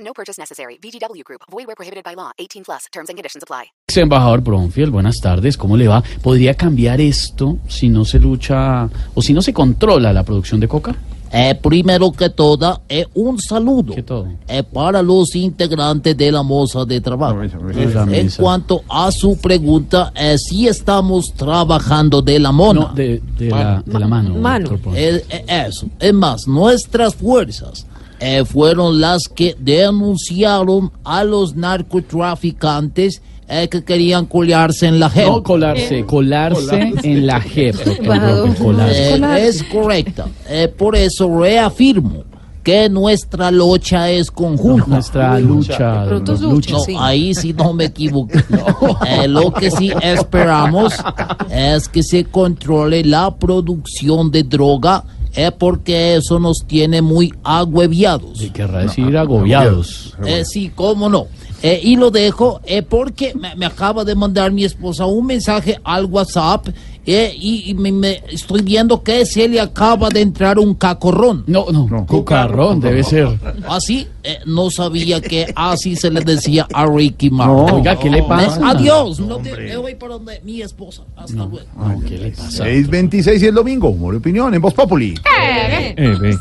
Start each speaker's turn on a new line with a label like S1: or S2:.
S1: No purchase necessary. VGW Group. Void where prohibited by law. 18 plus. Terms and conditions apply.
S2: Ex embajador Bronfield, buenas tardes, ¿cómo le va? ¿Podría cambiar esto si no se lucha o si no se controla la producción de coca?
S3: Eh, primero que todo, eh, un saludo
S2: ¿Qué todo?
S3: eh, para los integrantes de la moza de trabajo.
S2: La
S3: En
S2: mesa.
S3: cuanto a su pregunta, eh, si estamos trabajando de la
S2: No,
S3: mona.
S2: de, de la, de la mano. doctor Bronfield.
S3: Eh, eh, eso. Es más, nuestras fuerzas eh, fueron las que denunciaron a los narcotraficantes eh, que querían colarse en la gente. Eh,
S2: No, Eh. colarse, colarse en la JEP, doctor Bronfield, colarse.
S3: Eh, es correcta. Eh, por eso reafirmo que nuestra lucha es conjunta.
S2: Nuestra lucha,
S4: Pronto
S2: doctor,
S4: su-
S2: lucha.
S3: No,
S4: sí.
S3: ahí sí no me equivoqué. Eh, lo que sí esperamos es que se controle la producción de droga, eh, porque eso nos tiene muy agüeviados.
S2: Sí, Querrá decir agobiados.
S3: Eh, sí, cómo no. Eh, y lo dejo eh, porque me, me acaba de mandar mi esposa un mensaje al WhatsApp eh, y, y me, me estoy viendo que se le acaba de entrar un cacorrón.
S2: No, no, cocarrón debe ser.
S3: Así eh, no sabía que así se le decía a Ricky Martin.
S2: Oiga, ¿qué le
S3: Me-
S2: pasa?
S3: adiós, no te, me voy para donde mi esposa. Hasta luego.
S2: Ah, No, ¿Qué le pasa?
S5: 6.26 y el domingo. Humor y opinión en Voz Populi.
S2: Eh, ve.